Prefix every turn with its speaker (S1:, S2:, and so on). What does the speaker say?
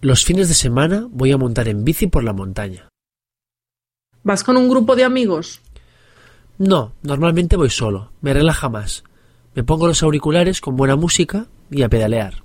S1: Los fines de semana voy a montar en bici por la montaña.
S2: ¿Vas con un grupo de amigos?
S1: No, normalmente voy solo, me relaja más. Me pongo los auriculares con buena música y a pedalear.